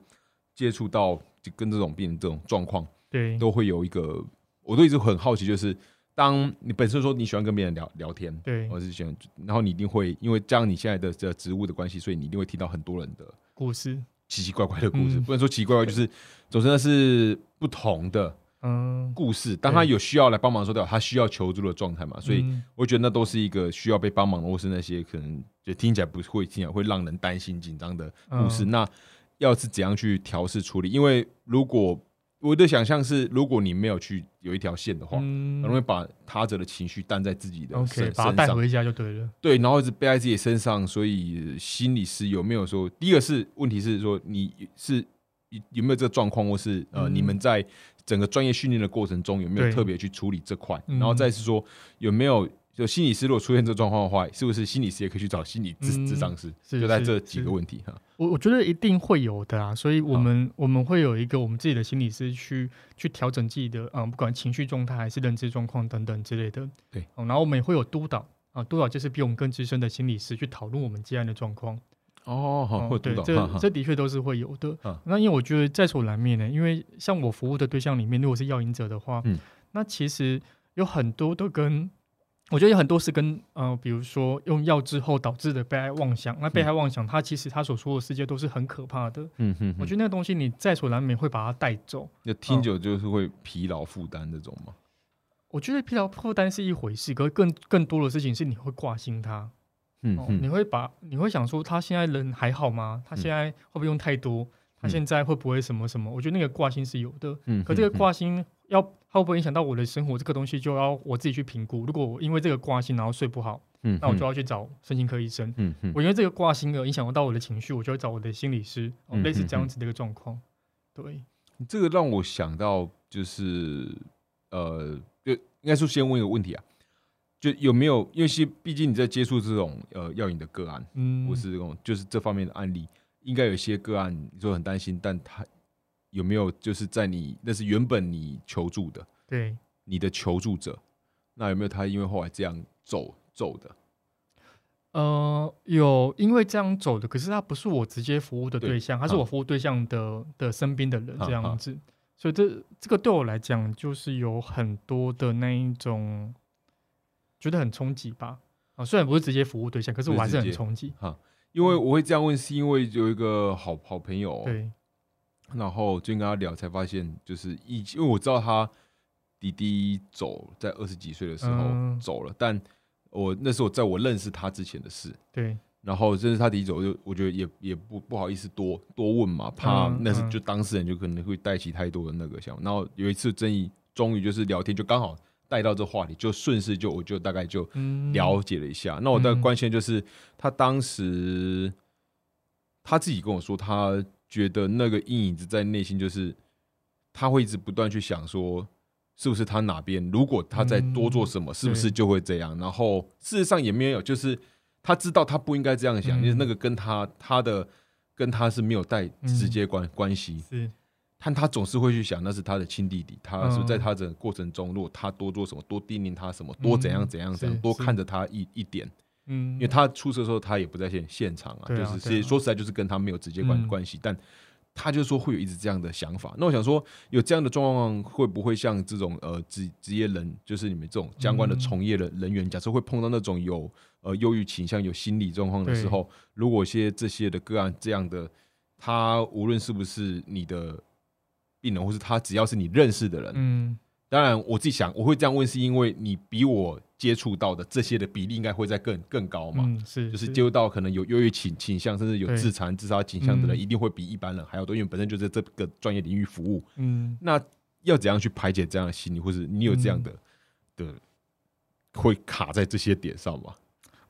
接触到就跟这种病人这种状况。对，都会有一个，我都一直很好奇，就是当你本身说你喜欢跟别人聊聊天，对我是喜欢，然后你一定会因为这样你现在的这职务的关系，所以你一定会听到很多人的故事，奇奇怪怪的故事，嗯不能说奇奇怪怪，就是总之那是不同的嗯，故事。当他对有需要来帮忙的时候，代表他需要求助的状态嘛，所以嗯我觉得那都是一个需要被帮忙的，或是那些可能就听起来不会听起来会让人担心紧张的故事。嗯那要是怎样去调试处理？因为如果我的想象是，如果你没有去有一条线的话，嗯很容易把他者的情绪担在自己的身、 ，OK，把它身带上，回家就对了。对，然后一直背在自己身上，所以呃心理师有没有说，第一个是问题是说你是有有没有这个状况，或是呃、嗯你们在整个专业训练的过程中有没有对特别去处理这块，嗯然后再是说有没有就心理师如果出现这状况的话，是不是心理师也可以去找心理智嗯智商师？是就在是这几是个问题哈，我我觉得一定会有的啊，所以我好们我们会有一个我们自己的心理师去去调整自己的，嗯，不管情绪状态还是认知状况等等之类的。对哦，然后我们也会有督导啊，督导就是比我们更资深的心理师去讨论我们接案的状况。哦，好，会对读，到，哈这哈这的确都是会有的嗯。那因为我觉得在所难免呢，因为像我服务的对象里面，如果是药瘾者的话嗯，那其实有很多都跟。我觉得有很多是跟呃，比如说用药之后导致的被害妄想。那被害妄想，它其实它所说的世界都是很可怕的。嗯哼我哼，觉得那个哦东西你在所难免会把它带走。就听久就是会疲劳负担这种嘛，我觉得疲劳负担是一回事，可是更更多的事情是你会挂心它，嗯哦，哼你，会把你会想说他现在人还好吗？他现在会不会用太多？他现在会不会什么什么？我觉得那个挂心是有的，嗯嗯可这个哼哼挂心要它会不会影响到我的生活，这个东西就要我自己去评估。如果我因为这个挂心然后睡不好，嗯，那我就要去找身心科医生。嗯嗯我因为这个挂心而影响到我的情绪，我就会找我的心理师，哦嗯类似嗯嗯这样子的一个状况。对，嗯，这个让我想到就是呃，就应该说先问一个问题啊，就有没有因为是毕竟你在接触这种呃药引的个案，嗯，或是这种就是这方面的案例，应该有些个案你说很担心，但他有没有就是在你那是原本你求助的对，你的求助者，那有没有他因为后来这样走走的？呃，有因为这样走的，可是他不是我直接服务的对对象，他是啊我服务对象的的身边的人啊这啊样子，所以这这个对我来讲就是有很多的那一种觉得很冲击吧。啊，虽然不是直接服务对象，可是不是我还是直很接冲击。因为我会这样问，是因为有一个好好朋友、哦嗯对，然后最近跟他聊才发现，就是以因为我知道他弟弟走在二十几岁的时候嗯走了，但我那是我在我认识他之前的事。对，然后这是他弟弟走，就我觉得也也不不好意思多多问嘛，怕嗯那是嗯就当事人就可能会带起太多的那个想法。然后有一次争议，终于就是聊天就刚好带到这话题，就顺势就我就大概就嗯，了解了一下。那我的嗯关键就是他当时他自己跟我说，他觉得那个阴影是在内心，就是他会一直不断去想说，是不是他哪边如果他再多做什么，是不是嗯对就会这样？然后事实上也没有，就是他知道他不应该这样想，嗯因为那个跟他他的跟他是没有带直接嗯关、关系。是，但他总是会去想，那是他的亲弟弟，他嗯是不是在他整个过程中，如果他多做什么，多叮咛他什么，多怎样嗯怎样怎样，是多是看着他一一点，嗯，因为他出事的时候他也不在现现场啊，对就啊是对是啊说实在就是跟他没有直接关嗯关系，但他就说会有一直这样的想法。那我想说，有这样的状况会不会像这种呃职职业人，就是你们这种相关的嗯从业的人员，假设会碰到那种有呃忧郁倾向、有心理状况的时对候，如果一些这些的个案这样的，他无论是不是你的病人，或是他只要是你认识的人，嗯，当然，我自己想我会这样问，是因为你比我接触到的这些的比例应该会在更更高嘛？嗯，是，就是接触到可能有忧郁倾倾向，甚至有对自残、自杀倾向的人，嗯一定会比一般人还要多，因为本身就在这个专业领域服务。嗯，那要怎样去排解这样的心理，或是你有这样的、的会卡在这些点上吗？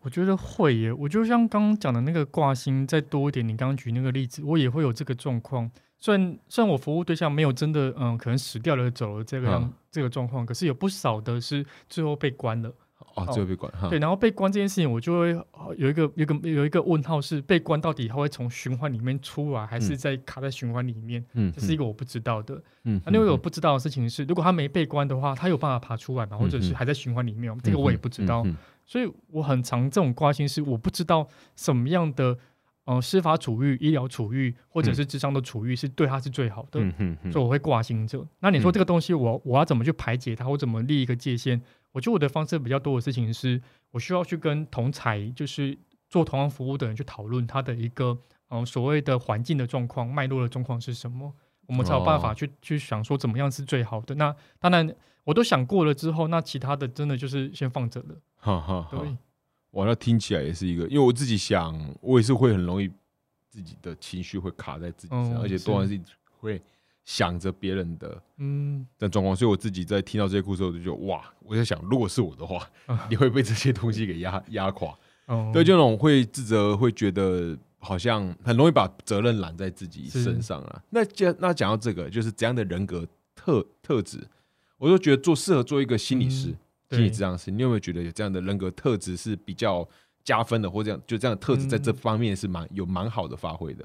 我觉得会耶。我就像刚刚讲的那个挂心，再多一点，你刚刚举那个例子，我也会有这个状况。虽然虽然我服务对象没有真的，嗯，可能死掉了、走了这个样、嗯这个状况，可是有不少的是最后被关了。哦，哦这个被管哈，对，然后被关这件事情，我就会呃有一个、有一个、有一个问号是被关到底他会从循环里面出来，还是嗯在卡在循环里面？嗯，这是一个，个我不知道的。嗯那另外我不知道的事情是，如果他没被关的话，他有办法爬出来吗？或者嗯是嗯还在循环里面吗？这个我也不知道。嗯所以我很常这种挂心是我不知道什么样的呃司法处遇、医疗处遇或者是智商的处遇是对他是最好的，嗯嗯嗯所以我会挂心这。那你说嗯这个东西我，我要怎么去排解它，我怎么立一个界限？我觉得我的方式比较多的事情是，我需要去跟同才，就是做同样服务的人去讨论他的一个呃所谓的环境的状况、脉络的状况是什么，我们才有办哦法去、去想说怎么样是最好的。那当然我都想过了之后，那其他的真的就是先放着了，哈哈哈对。哇，那听起来也是一个，因为我自己想，我也是会很容易自己的情绪会卡在自己身上，嗯而且多半是会想着别人的嗯，但状况，所以我自己在听到这些故事，我就觉得哇，我在想，如果是我的 话，啊也会被这些东西给压压垮。哦，对，就那种会自责，会觉得好像很容易把责任揽在自己是身上啊。那讲那讲到这个，就是怎样的人格特特质，我就觉得做适合做一个心理师。嗯心理对治疗师，你有没有觉得有这样的人格特质是比较加分的，或这样就这样的特质在这嗯方面是蛮有蛮好的发挥的？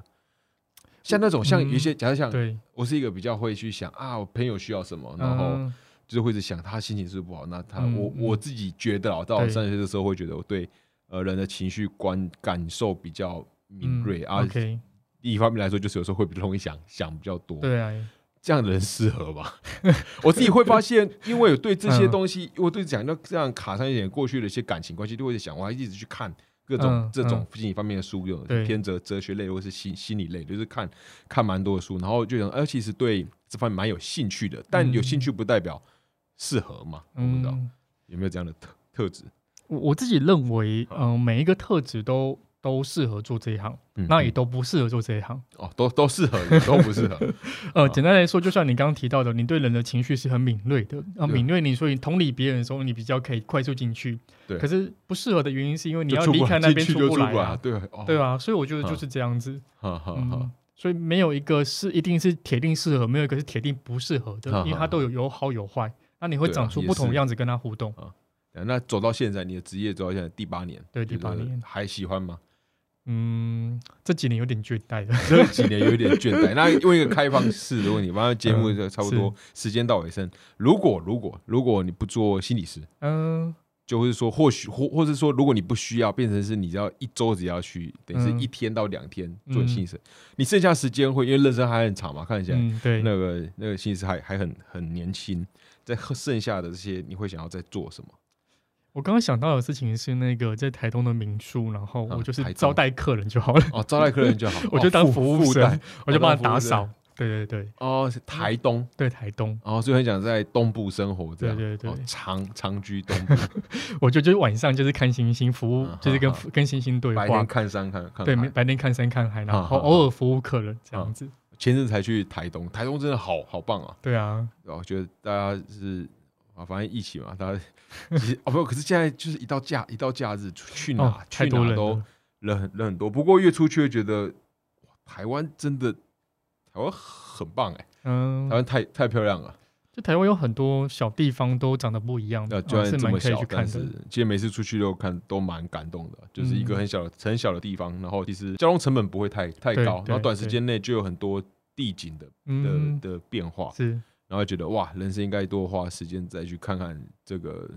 像嗯那种像有一些，假如像对，我是一个比较会去想啊，我朋友需要什么，然后嗯就是会一直想他心情是不是不好，那他嗯我嗯我自己觉得啊，到对三十岁的时候会觉得我对呃人的情绪观感受比较敏锐嗯啊， OK，一方面来说就是有时候会比较容易想想比较多，对啊，这样的人适合吧？ 我自己会发 现，因为有对这些嗯东西，我对讲到这样卡上一点过去的一些感情关系，都会想，我还一直去看各种、嗯这种嗯心理方面的书，有对偏哲哲学类或是心心理类，就是看看蛮多的书，然后就想，哎、其实对这方面蛮有兴趣的，但有兴趣不代表适合嘛，我不知道嗯，有没有这样的特特质？我我自己认为，呃好嗯、每一个特质都都适合做这一行，嗯那也都不适合做这一行。哦，都都适合，也都不适合。呃，啊简单来说，就像你刚刚提到的，你对人的情绪是很敏锐的啊，对敏锐你，所以同理别人的时候，你比较可以快速进去。对可是不适合的原因是因 为你就要出离不开来那边进去出就不来来，啊，对哦对啊，所以我觉得就啊是这样子。哈哈哈嗯，所以没有一个是一定是铁定适合，没有一个是铁定不适合的，哈因为它哈都有有好有坏。那你会对啊长出也不同的是样子跟他互动。嗯啊那走到现在，你的职业走到现在第八年，对觉第八得年还喜欢吗？嗯，这几年有点倦怠了。 这几年有一点倦怠。那问一个开放式的问题，反正节目嗯就差不多时间到尾声。如果如果如果你不做心理师，嗯，就是说或许或或是说，如果你不需要，变成是你要一周只要去，等于是嗯一天到两天做心理师，你剩下时间会因为人生还很长嘛，看起来。嗯，对，啊那个那个心理师还还很很年轻，在剩下的这些，你会想要再做什么？我刚刚想到的事情是那个在台东的民宿，然后啊我就是台招东待客人就好了， ，哦，招待客人就好我就当服务生嗯代我就帮他当打哦服务生扫。对对对哦，是台东对，台东，哦，所以很想在东部生活这样，对对哦对长长居东 部，我就就是晚上就是看星星，服务啊就是跟哈哈跟星星对白话天，看山看看对，海白天看山看海，然哈后哈偶尔服务客人这啊样子。前阵子才去台东，台东真的好好棒啊！对啊，然后觉得大家是啊，反正一起嘛，大家其实 哦不，可是现在就是一到假一到假日出去哪、哦，去太多哪人都了。人很人很多。不过越出去越觉得哇台湾真的台湾很棒哎、嗯台，湾太太漂亮了，就台湾有很多小地方都长得不一样，那、的，就哦算是呃这蛮么可以小去，但看是的。其实每次出去都看都蛮感动的，就是一个嗯很小的很小的地方，然后其实交通成本不会太太对高，然对后短时对间内就有很多地景的嗯的，的变化，是然后觉得哇，人生应该多花时间再去看看这个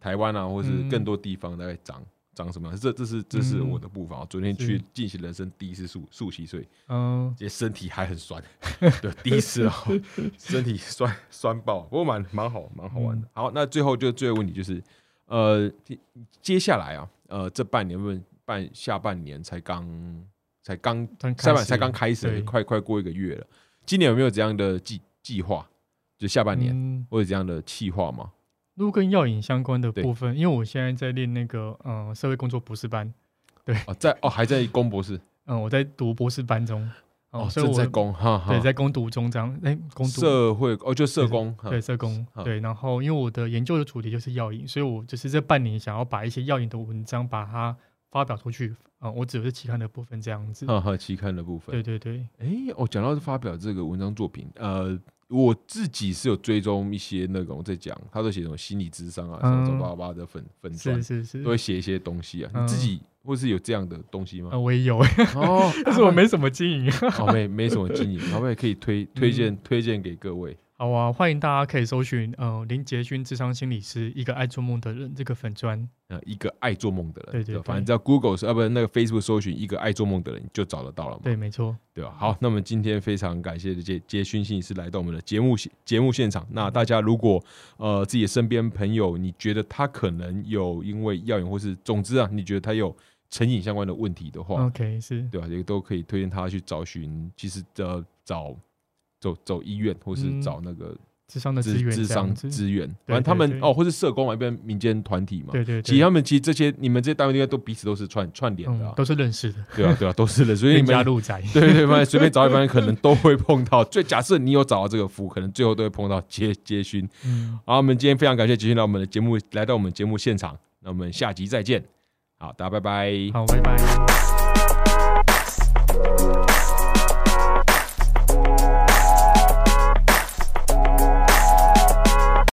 台湾啊，或是嗯更多地方大概长、长什么样。这这是这是嗯我的步伐。我昨天是去进行人生第一次溯溯溪，所以嗯，这身体还很酸，对，第一次哦，身体酸酸爆，不过蛮蛮好，蛮好嗯玩的。好，那最后就最后问你就是，呃，接接下来啊，呃，这半年问半下半年才刚才刚但下开半始才刚开始，对快快过一个月了。今年有没有这样的计计划？就下半年、嗯或者这样的计划吗？如果跟药引相关的对部分，因为我现在在练那个呃社会工作博士班，哦，在哦，还在攻博士嗯、我在读博士班中，哦、所以正我在攻哈哈，对在攻读中这样，哎、攻读社会哦，就社工哈对社工啊对，然后因为我的研究的主题就是药引，所以我就是这半年想要把一些药引的文章把它发表出去，啊、我只有是期刊的部分这样子，哈哈期刊的部分对。对对，哎、我讲到发表这个文章作品，呃，我自己是有追踪一些那种在讲，他都写什么心理智商啊，什么嗯什么巴拉巴拉的粉粉是砖，是是都，会写一些东西啊。嗯你自己或是有这样的东西吗？呃，我也有， 哦，但是我嗯没什么经营。哦没没什么经营，可不可以可以推推荐、推荐给各位？好啊，欢迎大家可以搜寻呃林杰勋智商心理师，一个爱做梦的人这个粉砖。呃，一个爱做梦的人，对对吧反对正只要 Google 啊，不是那个 Facebook 搜寻一个爱做梦的人，就找得到了嘛，对，没错，对吧？好，那么今天非常感谢杰杰勋信是来到我们的节目现节目现场。那大家如果呃自己的身边朋友，你觉得他可能有因为药瘾或是总之啊，你觉得他有成瘾相关的问题的话， OK 是，对吧、也都可以推荐他去找寻，其实呃找走走医院或是嗯找那个智商的资智源智这样商子。资源，反正他对们对哦或是社工嘛，一般民间团体啊嘛，对对其实对，他们其实这些你们这些单位应该都彼此都是串串联的、嗯啊，都是认识的，对啊对啊，都是的，所以你冤们家路窄。 对对对，反正随便找一帮人可能都会碰到。最假设你有找到这个服务，可能最后都会碰到接接勋。嗯，好，我们今天非常感谢杰勋来我们的节目，来到我们节目现场，那我们下集再见。好，大家拜拜。好，拜拜。